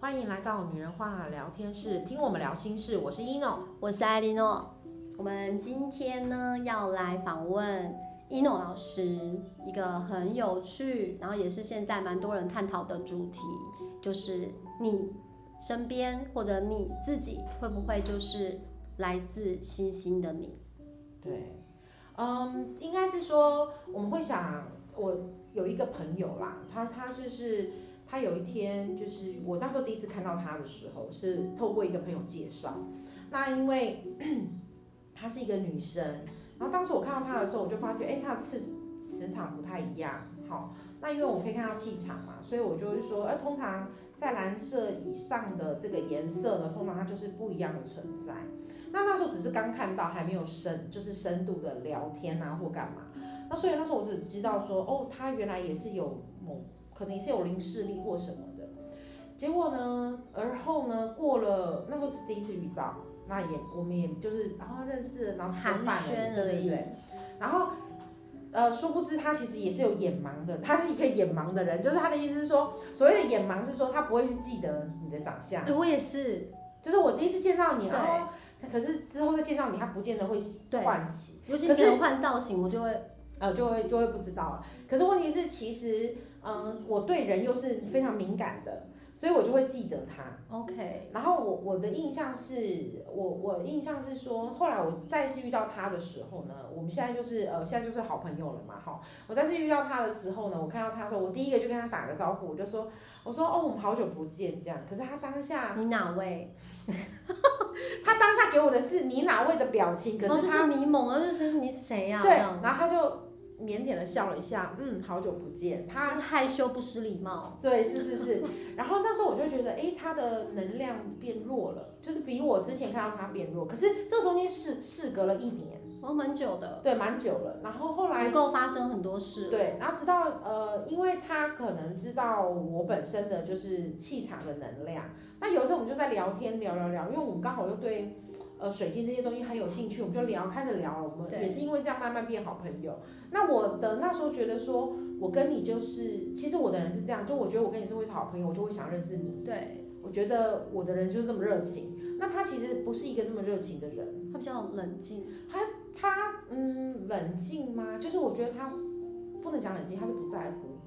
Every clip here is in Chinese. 欢迎来到女人话聊天室，听我们聊心事。我是一诺，我是艾莉诺。我们今天呢要来访问一诺老师一个很有趣，然后也是现在蛮多人探讨的主题，就是你身边或者你自己会不会就是来自星星的你？对，嗯，应该是说我们会想，我有一个朋友啦，他他就是他有一天就是我那时候第一次看到他的时候，是透过一个朋友介绍。那因为 她是一个女生，然后当时我看到她的时候，我就发觉，哎，她的磁磁场不太一样。好，那因为我可以看到气场嘛，所以我就会说，哎、通常在蓝色以上的这个颜色呢，通常它就是不一样的存在。那那时候只是刚看到，还没有深，就是深度的聊天啊或干嘛。那所以那时候我只知道说，哦，他原来也是有某，可能也是有零视力或什么的。结果呢，而后呢，过了那时候是第一次遇到，那也我们也就是然后认识了，然后吃个寒饭暄对而对已对。。然后，呃，殊不知他其实也是有眼盲的，他是一个眼盲的人，就是他的意思是说，所谓的眼盲是说他不会去记得你的长相，哎我也是，就是我第一次见到你，对然后可是之后再见到你，他不见得会对唤起，尤其可别是人换造型，我就会呃，就会就会不知道了。可是问题是，其实，嗯、我对人又是非常敏感的，所以我就会记得他。 OK。然后我我的印象是我我印象是说，后来我再次遇到他的时候呢，我们现在就是呃现在就是好朋友了嘛哈。我再次遇到他的时候呢，我看到他的时候，我第一个就跟他打个招呼，我就说我说哦我们好久不见这样。可是他当下你哪位？他当下给我的是你哪位的表情，可然后是哦就他、是迷蒙，然后就是你谁呀、啊？对这样，然后他就腼腆的笑了一下，嗯好久不见。他就是害羞不失礼貌。对，是是是。然后那时候我就觉得，诶，他的能量变弱了，就是比我之前看到他变弱。可是这中间事事隔了一年，哦，蛮久的，对，蛮久了。然后后足来。够发生很多事。对，然后直到呃，因为他可能知道我本身的就是气场的能量。那有时候我们就在聊天，聊聊聊，因为我们刚好又对呃水晶这些东西很有兴趣，我们就聊，开始聊，我们对也是因为这样慢慢变好朋友。那我的那时候觉得说，我跟你就是，其实我的人是这样，就我觉得我跟你是会是好朋友，我就会想认识你。对，我觉得我的人就是这么热情，那他其实不是一个这么热情的人，他比较冷静，他嗯冷静吗？就是我觉得他不能讲冷静，他是不在乎，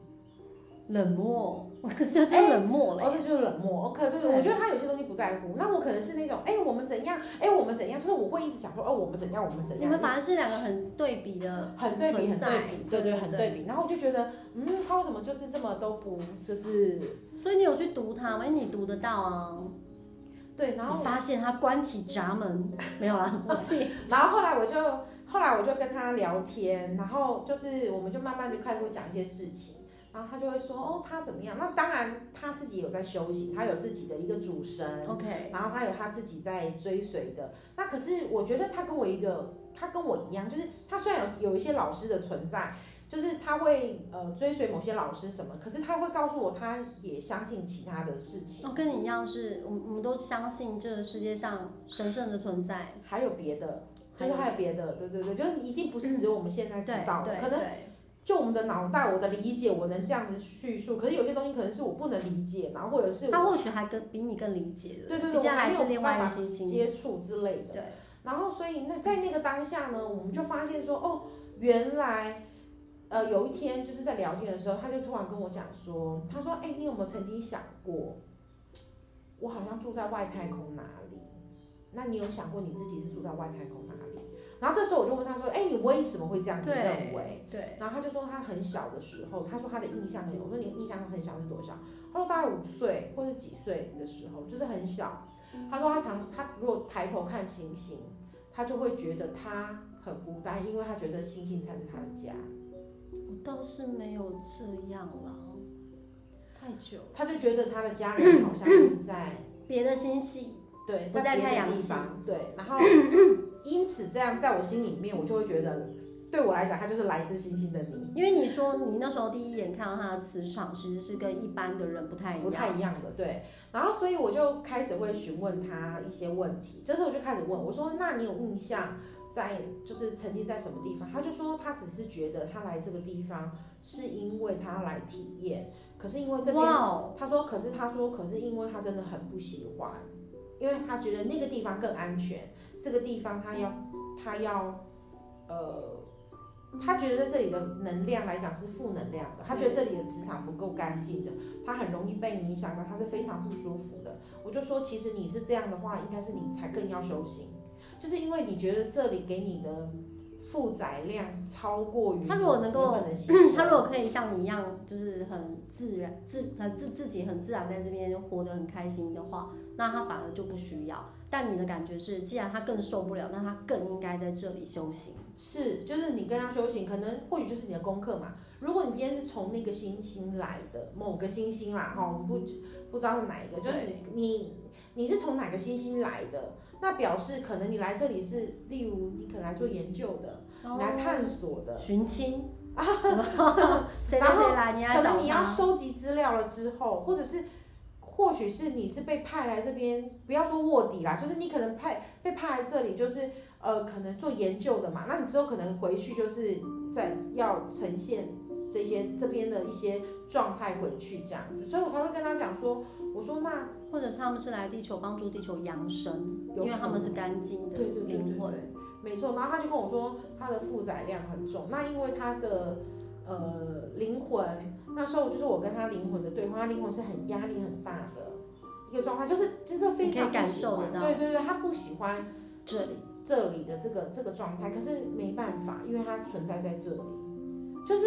冷漠，这就冷漠哦嘞。，这就是冷漠。OK，对对，对我觉得他有些东西不在乎。那我可能是那种，哎，我们怎样？哎，我们怎样？就是我会一直想说，哦，我们怎样？我们怎你样们？反而是两个很对比的，很对比，很存在对比，对对，很对比。然后我就觉得，嗯，他为什么就是这么都不就是所以你有去读它吗？因为你读得到啊。对？然后你发现他关起闸门没有啦，我 自己然后后来我就后来我就跟他聊天，然后就是我们就慢慢就开始会讲一些事情，然后他就会说哦他怎么样？那当然他自己有在修行，他有自己的一个主神， OK。然后他有他自己在追随的。那可是我觉得他跟我一个，他跟我一样，就是他虽然有有一些老师的存在，就是他会呃追随某些老师什么，可是他会告诉我他也相信其他的事情。我哦跟你一样是，我们我们都相信这个世界上神圣的存在。还有别的，嗯就是还有别的，对对对，就是一定不是只有我们现在知对道的，对可能对，就我们的脑袋，我的理解，我能这样子叙述，可是有些东西可能是我不能理解，然后或者是他我或许还跟比你更理解的，对对对，毕竟我他来还自没另有外一办个法星星。接触之类的。对，然后所以那在那个当下呢，我们就发现说，哦，原来。呃，有一天就是在聊天的时候，他就突然跟我讲说，他说：“哎、你有没有曾经想过，我好像住在外太空哪里？那你有想过你自己是住在外太空哪里？”然后这时候我就问他说：“哎、你为什么会这样子认为？”对对，然后他就说他很小的时候，他说他的印象很有，我说你的印象很小是多小？他说大概五岁或者几岁的时候，就是很小。他说他常他如果抬头看星星，他就会觉得他很孤单，因为他觉得星星才是他的家。我倒是没有这样啦，太久了。他就觉得他的家人好像是在别的星系，对不在别太的阳地系方对，然后因此这样在我心里面，我就会觉得对我来讲，他就是来自星星的你，因为你说你那时候第一眼看到他的磁场，其实是跟一般的人不太一不太样。一样的，对。然后所以我就开始会询问他一些问题，这时候我就开始问我说：“那你有印象在就是曾经在什么地方，他就说他只是觉得他来这个地方是因为他来体验，可是因为这边哇哦，他说，可是他说，可是因为他真的很不喜欢，因为他觉得那个地方更安全，这个地方他要他要呃，他觉得在这里的能量来讲是负能量的，他觉得这里的磁场不够干净的，他很容易被影响到，他是非常不舒服的。我就说，其实你是这样的话，应该是你才更要修行，就是因为你觉得这里给你的负载量超过于他如果能原够本的吸收 他如果可以像你一样，就是很自然、自呃自自己很自然在这边活得很开心的话，那他反而就不需要。但你的感觉是，既然他更受不了，那他更应该在这里修行。是，就是你跟他修行，可能或许就是你的功课嘛。如果你今天是从那个星星来的，某个星星啦，哈，我们不不知道是哪一个，就是对你你是从哪个星星来的，那表示可能你来这里是，例如你可能来做研究的，你来探索的，寻亲啊，谁谁然后谁来，你来可找能你要他。收集资料了之后，或者是或许是你是被派来这边，不要说卧底啦，就是你可能派被派来这里，就是呃可能做研究的嘛，那你之后可能回去就是在要呈现这些这边的一些状态回去这样子，所以我才会跟他讲说，我说那或者是他们是来地球帮助地球扬升，有因为他可们能是干净的对对对对灵魂。对，没错。然后他就跟我说，他的负载量很重。那因为他的呃灵魂，那时候就是我跟他灵魂的对话，他灵魂是很压力很大的一个状态，就是就是非你可常以感不喜受得欢到对对对，他不喜欢这就是这里的这个这个状态，可是没办法，因为它存在在这里，就是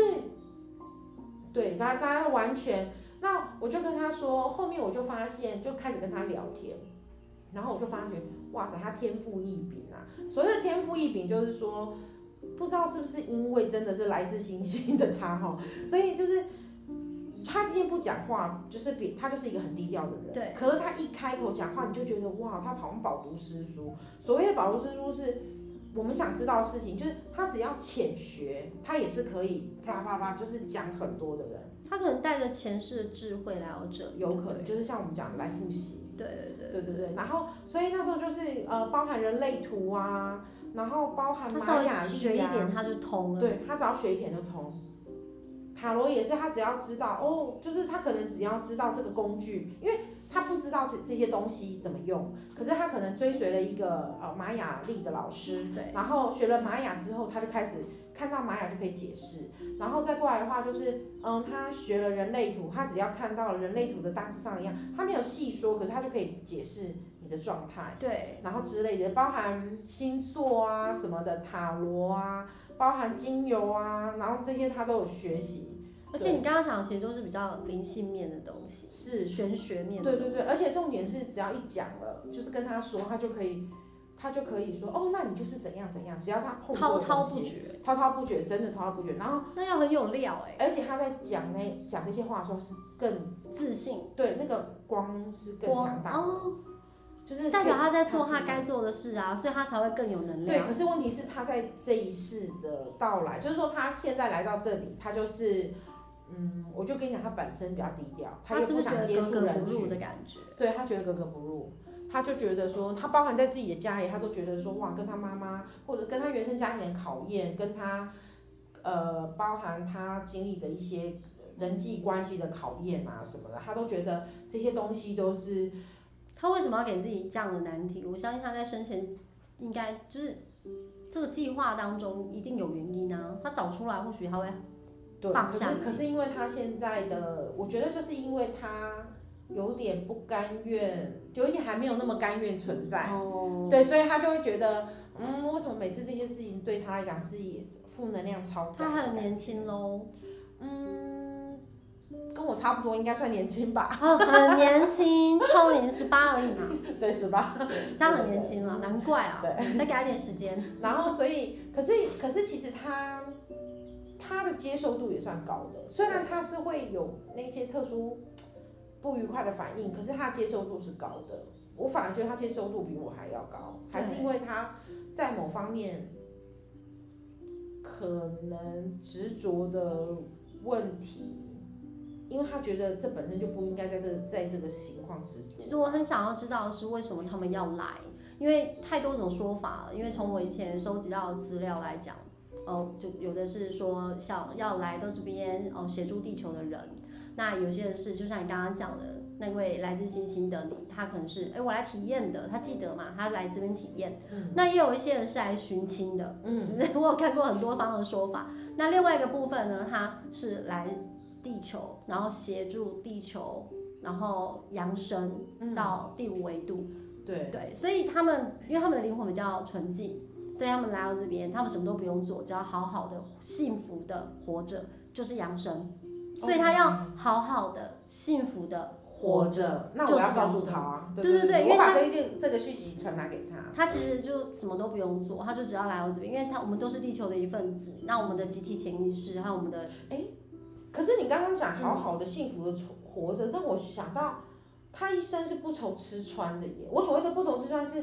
对大家大家完全，那我就跟他说，后面我就发现就开始跟他聊天，然后我就发觉，哇塞，他天赋异禀啊！所谓的天赋异禀，就是说不知道是不是因为真的是来自星星的他哈、所以就是。他今天不讲话，就是比他就是一个很低调的人。对可是他一开口讲话，你就觉得哇，他好像饱读诗书，所谓的保罗蜘蛛是，我们想知道的事情，就是他只要浅学，他也是可以啪啦啪啦啪啦，就是讲很多的人，他可能带着前世的智慧来到这里，有可能就是像我们讲的来复习，对对对对对对。然后，所以那时候就是呃，包含人类图啊，然后包含他稍玛雅微学历一点啊，他就通了。对他只要学一点就通。塔罗也是，他只要知道哦，就是他可能只要知道这个工具，因为他不知道这这些东西怎么用，可是他可能追随了一个呃玛雅历的老师，对，然后学了玛雅之后，他就开始看到玛雅就可以解释，然后再过来的话就是，嗯，他学了人类图，他只要看到了人类图的大致上一样，他没有细说，可是他就可以解释你的状态，对，然后之类的，包含星座啊什么的，塔罗啊，包含精油啊，然后这些他都有学习，而且你刚刚讲的其实都是比较灵性面的东西，是玄学面的对东西。对对，而且重点是，只要一讲了，就是跟他说，他就可以，他就可以说，哦，那你就是怎样怎样，只要他碰过滔的滔东不西绝，滔滔不绝，真的滔滔不绝。然后，那要很有料哎、而且他在讲那讲这些话的时候是更自信对那个光是更强光大的，哦，就是代表他在做他他该做的事啊，所以他才会更有能对。量。可是问题是他在这一世的到来，就是说他现在来到这里，他就是嗯，我就跟你讲，他本身比较低调，他又是不不是觉想得接格触格人不入群，的感觉？对他觉得格格不入，他就觉得说，他包含在自己的家里，他都觉得说，哇，跟他妈妈或者跟他原生家庭的考验，跟他呃，包含他经历的一些人际关系的考验啊什么的，他都觉得这些东西都是他为什么要给自己这样的难题？我相信他在生前应该就是这个计划当中一定有原因啊，他找出来或许他会对。放可是下可是因为他现在的，我觉得就是因为他有点不甘愿，有一点还没有那么甘愿存在，哦，对，所以他就会觉得，嗯，为什么每次这些事情对他来讲是以负能量超载他的还很感觉年轻喽，嗯，跟我差不多，应该算年轻吧？ 啊很年轻， 超龄十八而已嘛，对，是吧？这样很年轻嘛，难怪啊对，再给他一点时间，然后，所以，可是，可是，其实他他的接受度也算高的，虽然他是会有那些特殊不愉快的反应，可是他的接受度是高的。我反而觉得他接受度比我还要高，还是因为他在某方面可能执着的问题因为他觉得这本身就不应该在这在这个情况之中。其实我很想要知道的是为什么他们要来，因为太多种说法了。因为从我以前收集到的资料来讲，哦，就有的是说想要来到这边哦协助地球的人，那有些人是就像你刚刚讲的那位来自星星的你，他可能是哎我来体验的，他记得嘛，他来这边体验。那也有一些人是来寻亲的，嗯，就是我有看过很多方的说法。那另外一个部分呢，它是来地球，然后协助地球，然后扬升到第五维度。嗯对，对，所以他们因为他们的灵魂比较纯净，所以他们来到这边，他们什么都不用做，只要好好的、幸福的活着，就是扬升。所以他要好好的、幸福的活活着。着。那就我是要告诉这样子他啊，对对对对因为我把他这一件这个讯息传达给他。他其实就什么都不用做，他就只要来到这边，因为他我们都是地球的一份子，那我们的集体潜意识还有我们的可是你刚刚讲嗯好好的、幸福的活着，让我想到他一生是不愁吃穿的耶。我所谓的不愁吃穿是，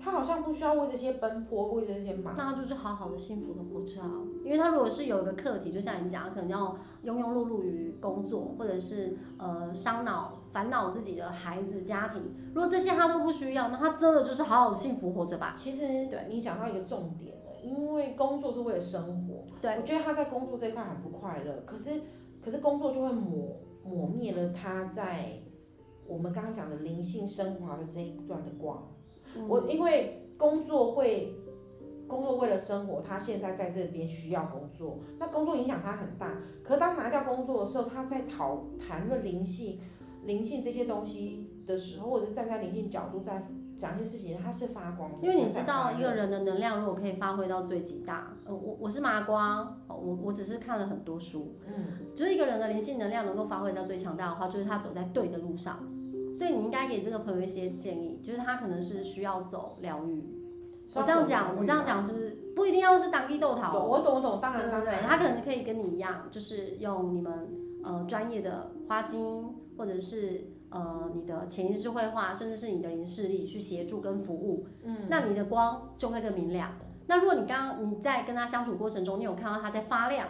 他好像不需要为这些奔波，为这些忙。那他就是好好的、幸福的活着啊。因为他如果是有一个课题，就像你讲，他可能要庸庸碌碌于工作，或者是呃伤脑、烦恼自己的孩子、家庭，如果这些他都不需要，那他真的就是好好的幸福活着吧？其实对你讲到一个重点了，因为工作是为了生活。对，我觉得他在工作这一块很不快乐，可是可是工作就会抹抹灭了他在我们刚刚讲的灵性升华的这一段的光。我嗯因为工作会工作为了生活，他现在在这边需要工作，那工作影响他很大。可当拿掉工作的时候，他在讨谈论灵性、灵性这些东西的时候，或者是站在灵性角度在讲一些事情，他是发光的。因为闪你知闪道发一亮个人的能量如果可以发挥到最极大，呃，我我是麻瓜，哦我我只是看了很多书，嗯，就是一个人的灵性能量能够发挥到最强大的话，就是他走在对的路上。所以你应该给这个朋友一些建议，就是他可能是需要走疗愈，我这样讲，我这样讲是不是不一定要是当地豆懂，桃，我懂，我懂，当对然，对当对然，，他可能可以跟你一样，就是用你们呃专业的花精，或者是呃你的潜意识绘画，甚至是你的灵视力去协助跟服务，嗯，那你的光就会更明亮。那如果你刚刚你在跟他相处过程中，你有看到他在发亮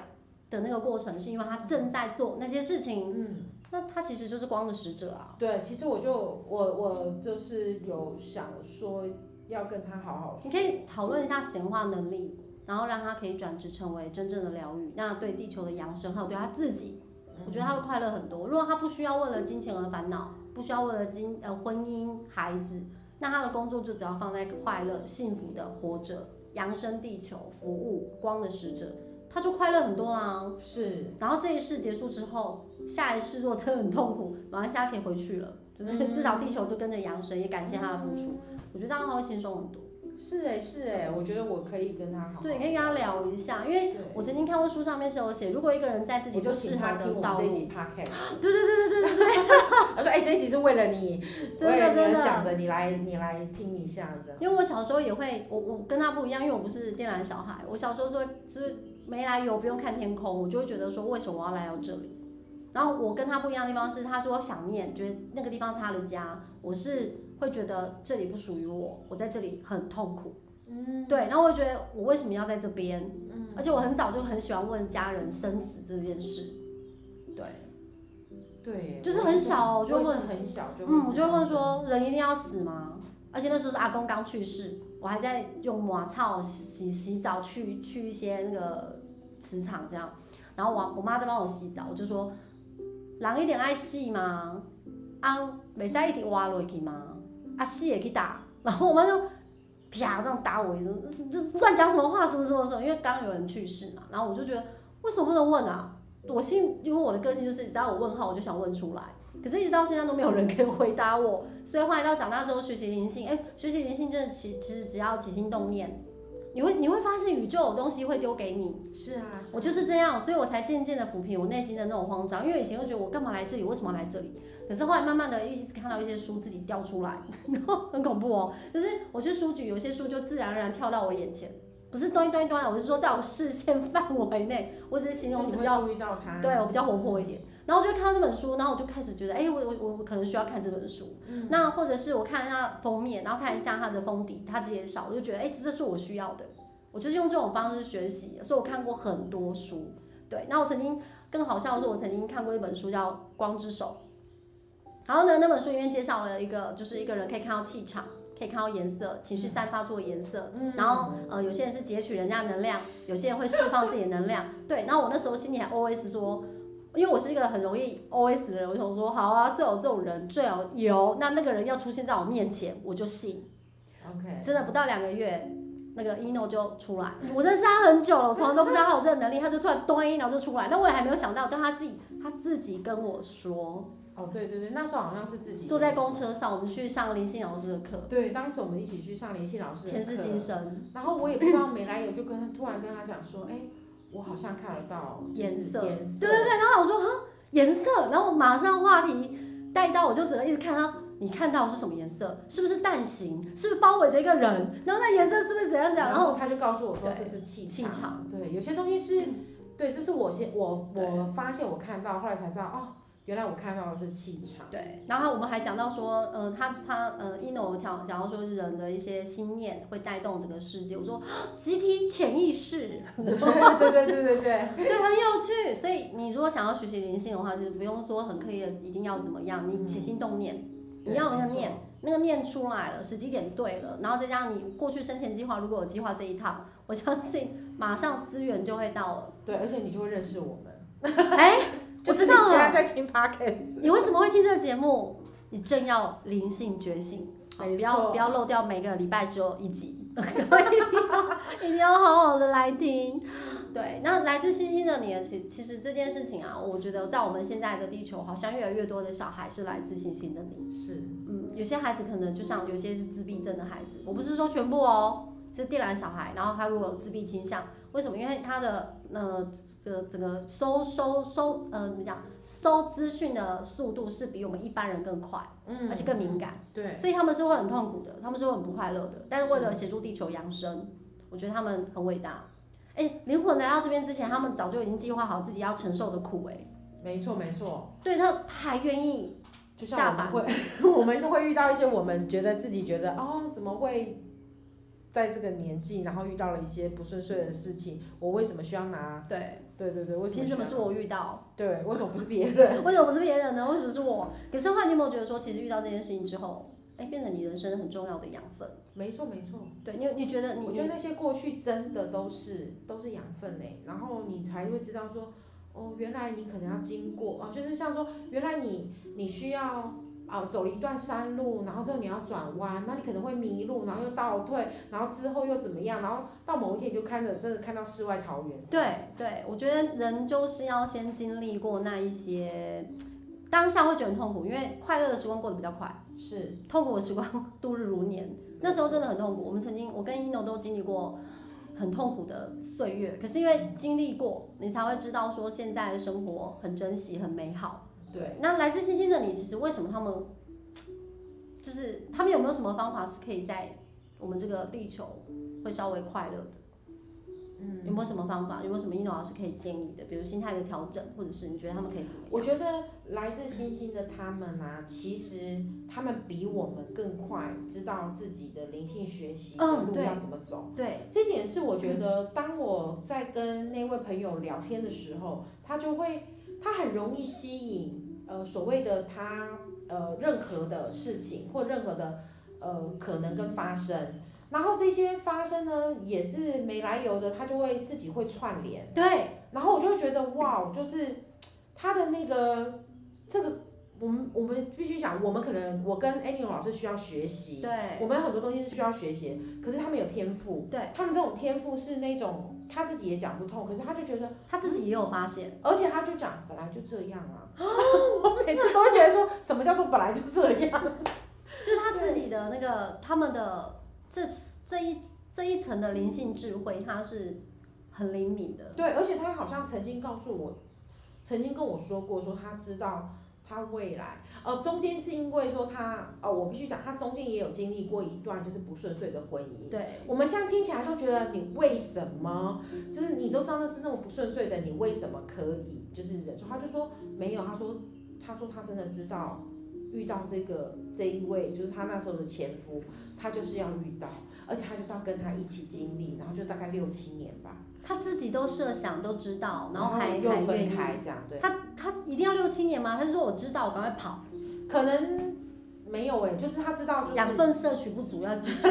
的那个过程，是因为他正在做那些事情，嗯，那他其实就是光的使者啊。对，其实我就我我就是有想说要跟他好好你说，可以讨论一下显化能力，然后让他可以转职成为真正的疗愈，那对地球的扬升，还有对他自己，我觉得他会快乐很多。如果他不需要为了金钱而烦恼，不需要为了金呃婚姻孩子，那他的工作就只要放在快乐、幸福的活着，扬升地球，服务光的使者，他就快乐很多啦。是然后这一世结束之后，下一世若真的很痛苦，马来西亚可以回去了，就是至少地球就跟着扬升，也感谢他的付出，我觉得这样他会轻松很多。是哎、是哎、我觉得我可以跟他好好，对，可以跟他聊一下，因为对我曾经看过书上面是有写，如果一个人在自己我就不适请合他的听我道们这一路，集 podcast， 对对对对对对对，他说哎、这一集是为了你， 真为了的真你而讲的。的，你来你来听一下这样。因为我小时候也会，我我跟他不一样，因为我不是电缆小孩，我小时候是会就是没来由不用看天空，我就会觉得说为什么我要来到这里。然后我跟他不一样的地方是，他说想念，觉得那个地方是他的家，我是会觉得这里不属于我，我在这里很痛苦。嗯，对，然后我会觉得我为什么要在这边？嗯，而且我很早就很喜欢问家人生死这件事。对，对，就是我很也小哦我就我也问是很小就嗯，我知就道会问这样说，人一定要死吗？而且那时候是阿公刚去世，我还在用马草洗洗澡去去一些那个磁场这样，然后我我妈在帮我洗澡，我就说，人一定爱死吗？啊，袂使一直活落去吗？啊，死也去打，然后我妈就啪这样打我一顿，这这乱讲什么话，什么什么什么，因为刚刚有人去世嘛，然后我就觉得为什么不能问啊？我心因为我的个性就是只要我问号我就想问出来。可是，一直到现在都没有人可以回答我， 所以后来到长大之后学习灵性，哎、学习灵性真的其其实只要起心动念，你会你会发现宇宙有东西会丢给你，是啊，是啊我就是这样，所以我才渐渐的抚平我内心的那种慌张，因为以前会觉得我干嘛来这里，为什么要来这里？可是后来慢慢的一直看到一些书自己掉出来， 然后很恐怖哦，就是我去书局，有些书就自然而然跳到我眼前，不是端一端一啊端，我是说在我视线范围内，我只是形容就比你较会注意到他，对我比较活泼一点。然后我就看到这本书，然后我就开始觉得，哎、我我我可能需要看这本书。那或者是我看一下封面，然后看一下它的封底，它介绍，我就觉得，哎、这是我需要的。我就是用这种方式学习，所以我看过很多书。对，那我曾经更好笑的是，我曾经看过一本书叫《光之手》，然后呢，那本书里面介绍了一个，就是一个人可以看到气场，可以看到颜色，情绪散发出的颜色。嗯然后呃，有些人是截取人家的能量，有些人会释放自己的能量。 对，然后我那时候心里还 OS 说，因为我是一个很容易 OS 的人，我想说好啊，最好这种人最好有，那那个人要出现在我面前，我就信。 OK，真的不到两个月，那个 ino 就出来。我认识他很久了，我从来都不知道他有这个能力，他就突然咚一 ino 就出来。那我也还没有想到，但他自己他自己跟我说，哦，对对对，那时候好像是自己坐在公，车上，我们去上林信老师的课，对，当时我们一起去上联系老师的前世课今生，然后我也不知道没来由，就跟他突然跟他讲说，哎，我好像看得到就是颜色颜色，对对对。然后我说哈颜色，然后我马上话题带到，我就只能一直看他。你看到的是什么颜色？是不是蛋形？是不是包围着一个人？然后那颜色是不是怎样怎样？然然后后他就告诉我说对这是气气场嗯对，有些东西是，对，这是我先我我对发现我看到，后来才知道哦，原来我看到的是气场，对，然后我们还讲到说，嗯、他他呃，ino 讲讲到说人的一些心念会带动整个世界。我说啊集体潜意识，对对对对对对，对，很有趣。所以你如果想要学习灵性的话，其实不用说很刻意的一定要怎么样，你起心动念，你 要有那个念，那个念出来了，时机点对了，然后再加上你过去生前计划，如果有计划这一套，我相信马上资源就会到了。对，而且你就会认识我们， 哎，我就是知你道现在了，在听 podcast，你为什么会听这个节目？你正要灵性觉醒。好没哦不要错不要漏掉每个礼拜只有一集， 一定要好好的来听。对，那来自星星的你，其其实这件事情啊，我觉得在我们现在的地球，好像越来越多的小孩是来自星星的你。是，嗯，有些孩子可能就像有些是自闭症的孩子，我不是说全部哦，是电缆小孩，然后他如果有自闭倾向，为什么？因为他的呃这个整个收收收呃怎么讲，收资讯的速度是比我们一般人更快，嗯而且更敏感。对，所以他们是会很痛苦的，他们是会很不快乐的。但是为了协助地球扬升，我觉得他们很伟大。哎，灵魂来到这边之前，他们早就已经计划好自己要承受的苦、没错没错。哎，对他他还愿意就像下我们凡，会， 我们是会遇到一些我们觉得自己觉得哦，怎么会在这个年纪，然后遇到了一些不顺遂的事情，我为什么需要拿？对，对对对，为什么凭什么需是要我遇到？对，为什么不是别人？ 为什么不是别人呢？为什么是我？可是后来你有没有觉得说，其实遇到这件事情之后，哎，变成你人生很重要的养分？ 没错没错，对你有，你觉得你我觉得那些过去真的都是都是养分嘞，然后你才会知道说，哦，原来你可能要经过哦，就是像说，原来你你需要。啊，走了一段山路，然后之后你要转弯，那你可能会迷路，然后又倒退，然后之后又怎么样，然后到某一天你就看着真的看到世外桃源。这对样子，对，我觉得人就是要先经历过那一些，当下会觉得很痛苦，因为快乐的时光过得比较快。是痛苦的时光度日如年， 那时候真的很痛苦。我们曾经，我跟一诺都经历过很痛苦的岁月，可是因为经历过，你才会知道说现在的生活很珍惜、很美好。对，那来自星星的你，其实为什么他们，就是他们有没有什么方法是可以在我们这个地球会稍微快乐的？嗯，有没有什么方法？有没有什么一诺老师可以建议的？比如心态的调整，或者是你觉得他们可以怎么我样？觉得来自星星的他们啊，其实他们比我们更快知道自己的灵性学习的嗯路对要怎么走。对，这点是我觉得，当我在跟那位朋友聊天的时候，他就会，他很容易吸引呃所谓的他呃任何的事情或任何的呃可能跟发生，然后这些发生呢也是没来由的，他就会自己会串联。对，然后我就会觉得哇，就是他的那个这个，我们我们必须想，我们可能我跟 a n n 老师需要学习，对，我们有很多东西是需要学习，可是他们有天赋，对，他们这种天赋是那种他自己也讲不通，可是他就觉得，他自己也有发现。而且他就讲本来就这样啊， 我每次都会觉得说什么叫做本来就这样， 就是他自己的那个他们的这这一这一层的灵性智慧，他是很灵敏的。对，而且他好像曾经告诉我，曾经跟我说过，说他知道他未来，呃，中间是因为说他，哦，我必须讲，他中间也有经历过一段就是不顺遂的婚姻。对我们现在听起来都觉得你为什么，就是你都知道那是那么不顺遂的，你为什么可以就是忍受？他就说没有，他说他说他真的知道遇到这个这一位就是他那时候的前夫，他就是要遇到，而且他就是要跟他一起经历，然后就大概六七年吧。他自己都设想都知道，然后还又还愿分意。开这样，对，他他一定要六七年吗？他就说我知道，我赶快跑，可能没有哎、就是他知道就是养分摄取不足要 继续。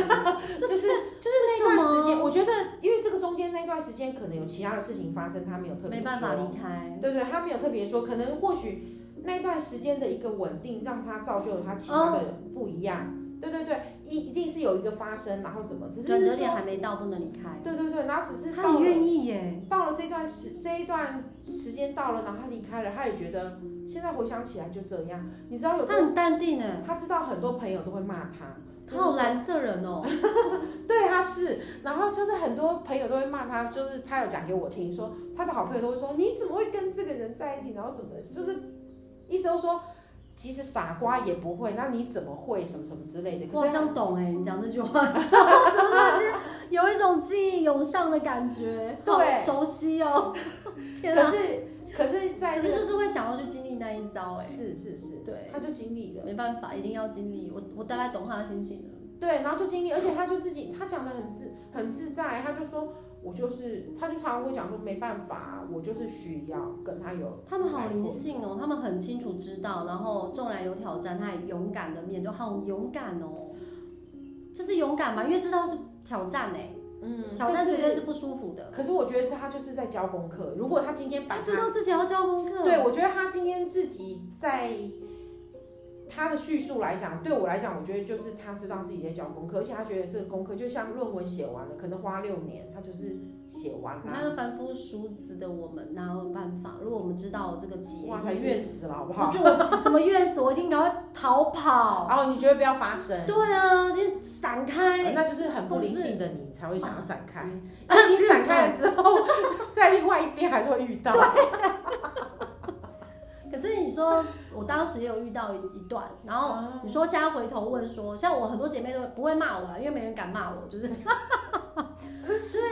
就这是是就是那为什段时间，么我觉得因为这个中间那段时间可能有其他的事情发生，他没有特别没办法说离开。对对，他没有特别说，可能或许那段时间的一个稳定，让他造就了他其他的哦不一样。对对对，一一定是有一个发生，然后怎么，只是转折是点说，还没到，不能离开。对对对，然后只是他到很了愿意耶，到了这段时这一段时间到了，然后他离开了，他也觉得现在回想起来就这样。你知道有他多，很淡定哎，他知道很多朋友都会骂他，他好蓝色人哦。对，他是，然后就是很多朋友都会骂他，就是他有讲给我听，说他的好朋友都会说你怎么会跟这个人在一起，然后怎么就是意思都说其实傻瓜也不会，那你怎么会什么什么之类的。可我好是他像懂哎，你讲这句 话的时候，我突然间有一种记忆涌上的感觉，好对熟悉 哦。天可啊！是可是在可这是就个是会想要去经历那一招哎，是是是，对他就经历了，没办法，一定要经历。我我大概懂他的心情了。对，然后就经历，而且他就自己他讲的很自很自在，他就说我就是，他就常常会讲说没办法，我就是需要跟他有他们好灵性哦，他们很清楚知道，然后纵然有挑战，他也勇敢的面对，好勇敢哦。这是勇敢吧？因为知道是挑战哎、嗯挑战绝对是。是不舒服的。可是我觉得他就是在教功课。如果他今天把嗯他知道自己要交功课，哦对，我觉得他今天自己在他的叙述来讲，对我来讲，我觉得就是他知道自己在教功课，而且他觉得这个功课就像论文写完了，可能花六年，他就是写完你啦。看凡夫俗子的我们哪有办法？如果我们知道这个结，哇塞，就是怨死了，好不嗯不好？是我什么怨死，我一定赶快逃跑。然后哦你觉得不要发生，对啊，你闪呃开。那就是很不灵性的你才会想要闪开。嗯因为你闪开了之后， 在另外一边还是会遇到。可是你说，我当时也有遇到一一段，然后哦你说现在回头问说，像我很多姐妹都不会骂我啦，啊因为没人敢骂我，就是就是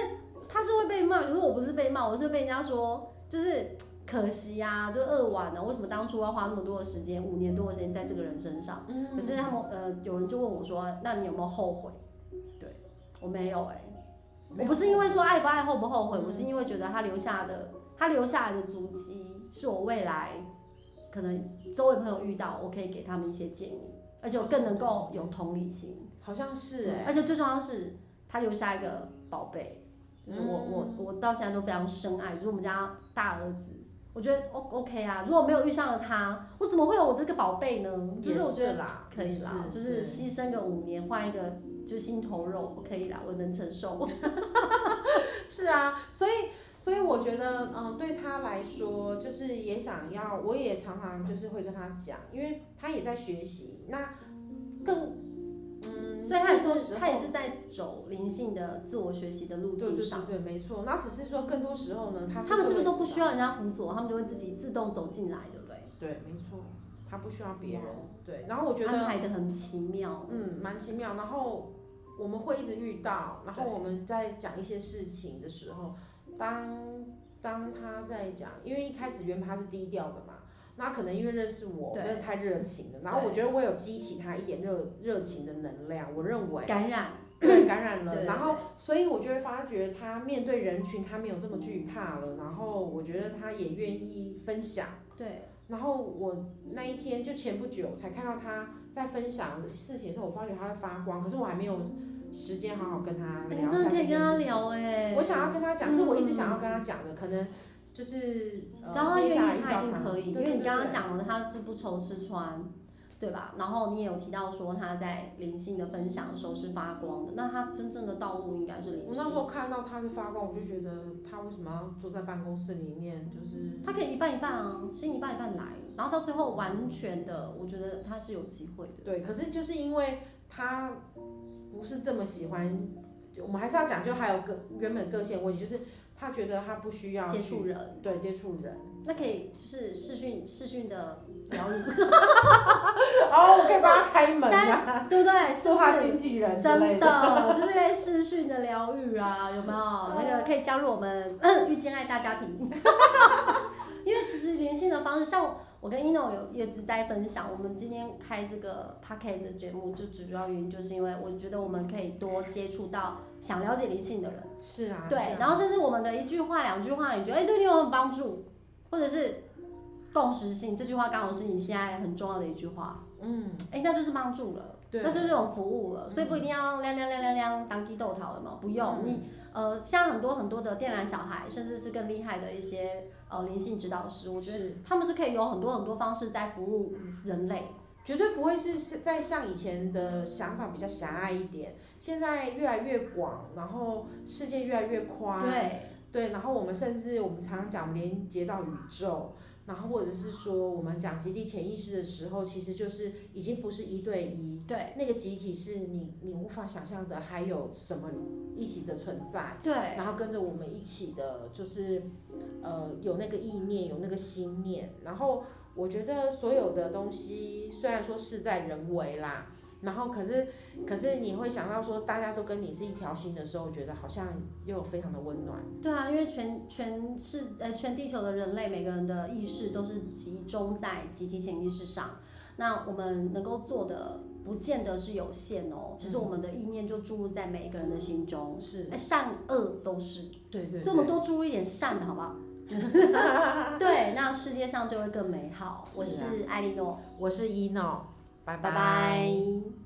她是会被骂，可是我不是被骂，我是被人家说就是可惜啊，就扼腕了、为什么当初要花那么多的时间，五年多的时间在这个人身上？嗯可是他们呃，有人就问我说，那你有没有后悔？对我没有哎、我不是因为说爱不爱后不后悔，我是因为觉得他留下的他留下来的足迹是我未来可能周围朋友遇到，我可以给他们一些建议，而且我更能够有同理心，好像是哎、而且最重要的是他留下一个宝贝，就是我、嗯我我到现在都非常深爱，就是我们家大儿子。我觉得 O OK 啊，如果没有遇上了他，我怎么会有我这个宝贝呢？就也是我觉得啦，可以啦，也就是对牺牲个五年换一个就是心头肉，我可以啦，我能承受。是啊，所以所以我觉得，嗯，对他来说，就是也想要，我也常常就是会跟他讲，因为他也在学习，那更，嗯，所以他也更多是时候他也是在走灵性的自我学习的路对对径对上。对，没错。那只是说，更多时候呢，他他们是不是都不需要？要人家辅佐，他们就会自己自动走进来，对不对？对，没错，他不需要别人。对，然后我觉安得，排的很奇妙。嗯，蛮奇妙。然后我们会一直遇到，然后对我们在讲一些事情的时候，当当他在讲，因为一开始原本他是低调的嘛，那可能因为认识我对真的太热情了，然后我对觉得我有激起他一点热热情的能量，我认为感染，对感染了，对嗯然后所以我就会发觉他面对人群他没有这么惧怕了，然后我觉得他也愿意分享。对，然后我那一天就前不久才看到他在分享事情的时候，我发觉他在发光，可是我还没有时间好好跟他哎聊。你真的可以跟他。聊哎。我想要跟他讲，嗯是我一直想要跟他讲的，可能就是呃只要他接愿下来意，遇到他一定可以，因对为你对刚对刚讲了，他是不愁吃穿，对吧？然后你也有提到说他在灵性的分享的时候是发光的，那他真正的道路应该是灵我那时性。候看到他是发光，我就觉得他为什么要坐在办公室里面，就是他可以一半一半啊，先一半一半来，然后到最后完全的，我觉得他是有机会的。对，可是就是因为他不是这么喜欢，我们还是要讲，就还有个原本个性问题，就是他觉得他不需要接去触人，对接触人。那可以就是视讯视讯的聊你，哦，我可以帮他开门啊，对不对？是说不他是经纪人之类真的。的就是在视讯的疗愈啊，有没有？那个可 以加入我们遇见爱大家庭，因为其实灵性的方式，像我跟 ino 有也只在分享，我们今天开这个 podcast 的节目，就主要原因就是因为我觉得我们可以多接触到想了解灵性的人，是啊，对，是啊然后甚至我们的一句话、两句话，你觉得哎、对你有很帮助，或者是共识性，这句话刚好是你现在很重要的一句话，嗯，哎、那就是帮助了。对，嗯那就是这种服务了，所以不一定要亮亮亮亮亮当地豆桃了嘛，不用、你呃，像很多很多的电缆小孩，甚至是更厉害的一些呃灵性指导师，我觉得是他们是可以有很多很多方式在服务人类。绝对不会是是在像以前的想法比较狭隘一点，现在越来越广，然后世界越来越宽，对，对，然后我们甚至我们常常讲我们连接到宇宙，然后或者是说我们讲集体潜意识的时候，其实就是已经不是一对一，对，那个集体是你你无法想象的，还有什么一起的存在，对，然后跟着我们一起的，就是呃有那个意念，有那个心念。然后我觉得所有的东西虽然说事在人为啦，然后可是可是你会想到说大家都跟你是一条心的时候，觉得好像又非常的温暖。对啊，因为全全世呃全地球的人类每个人的意识都是集中在集体潜意识上，那我们能够做的不见得是有限哦，其实我们的意念就注入在每一个人的心中，是哎，善恶都是。对对所以我们多注入一点善的好不好？ 对，那世界上就会更美好。我是啊是艾莉诺，我是一闹，拜拜拜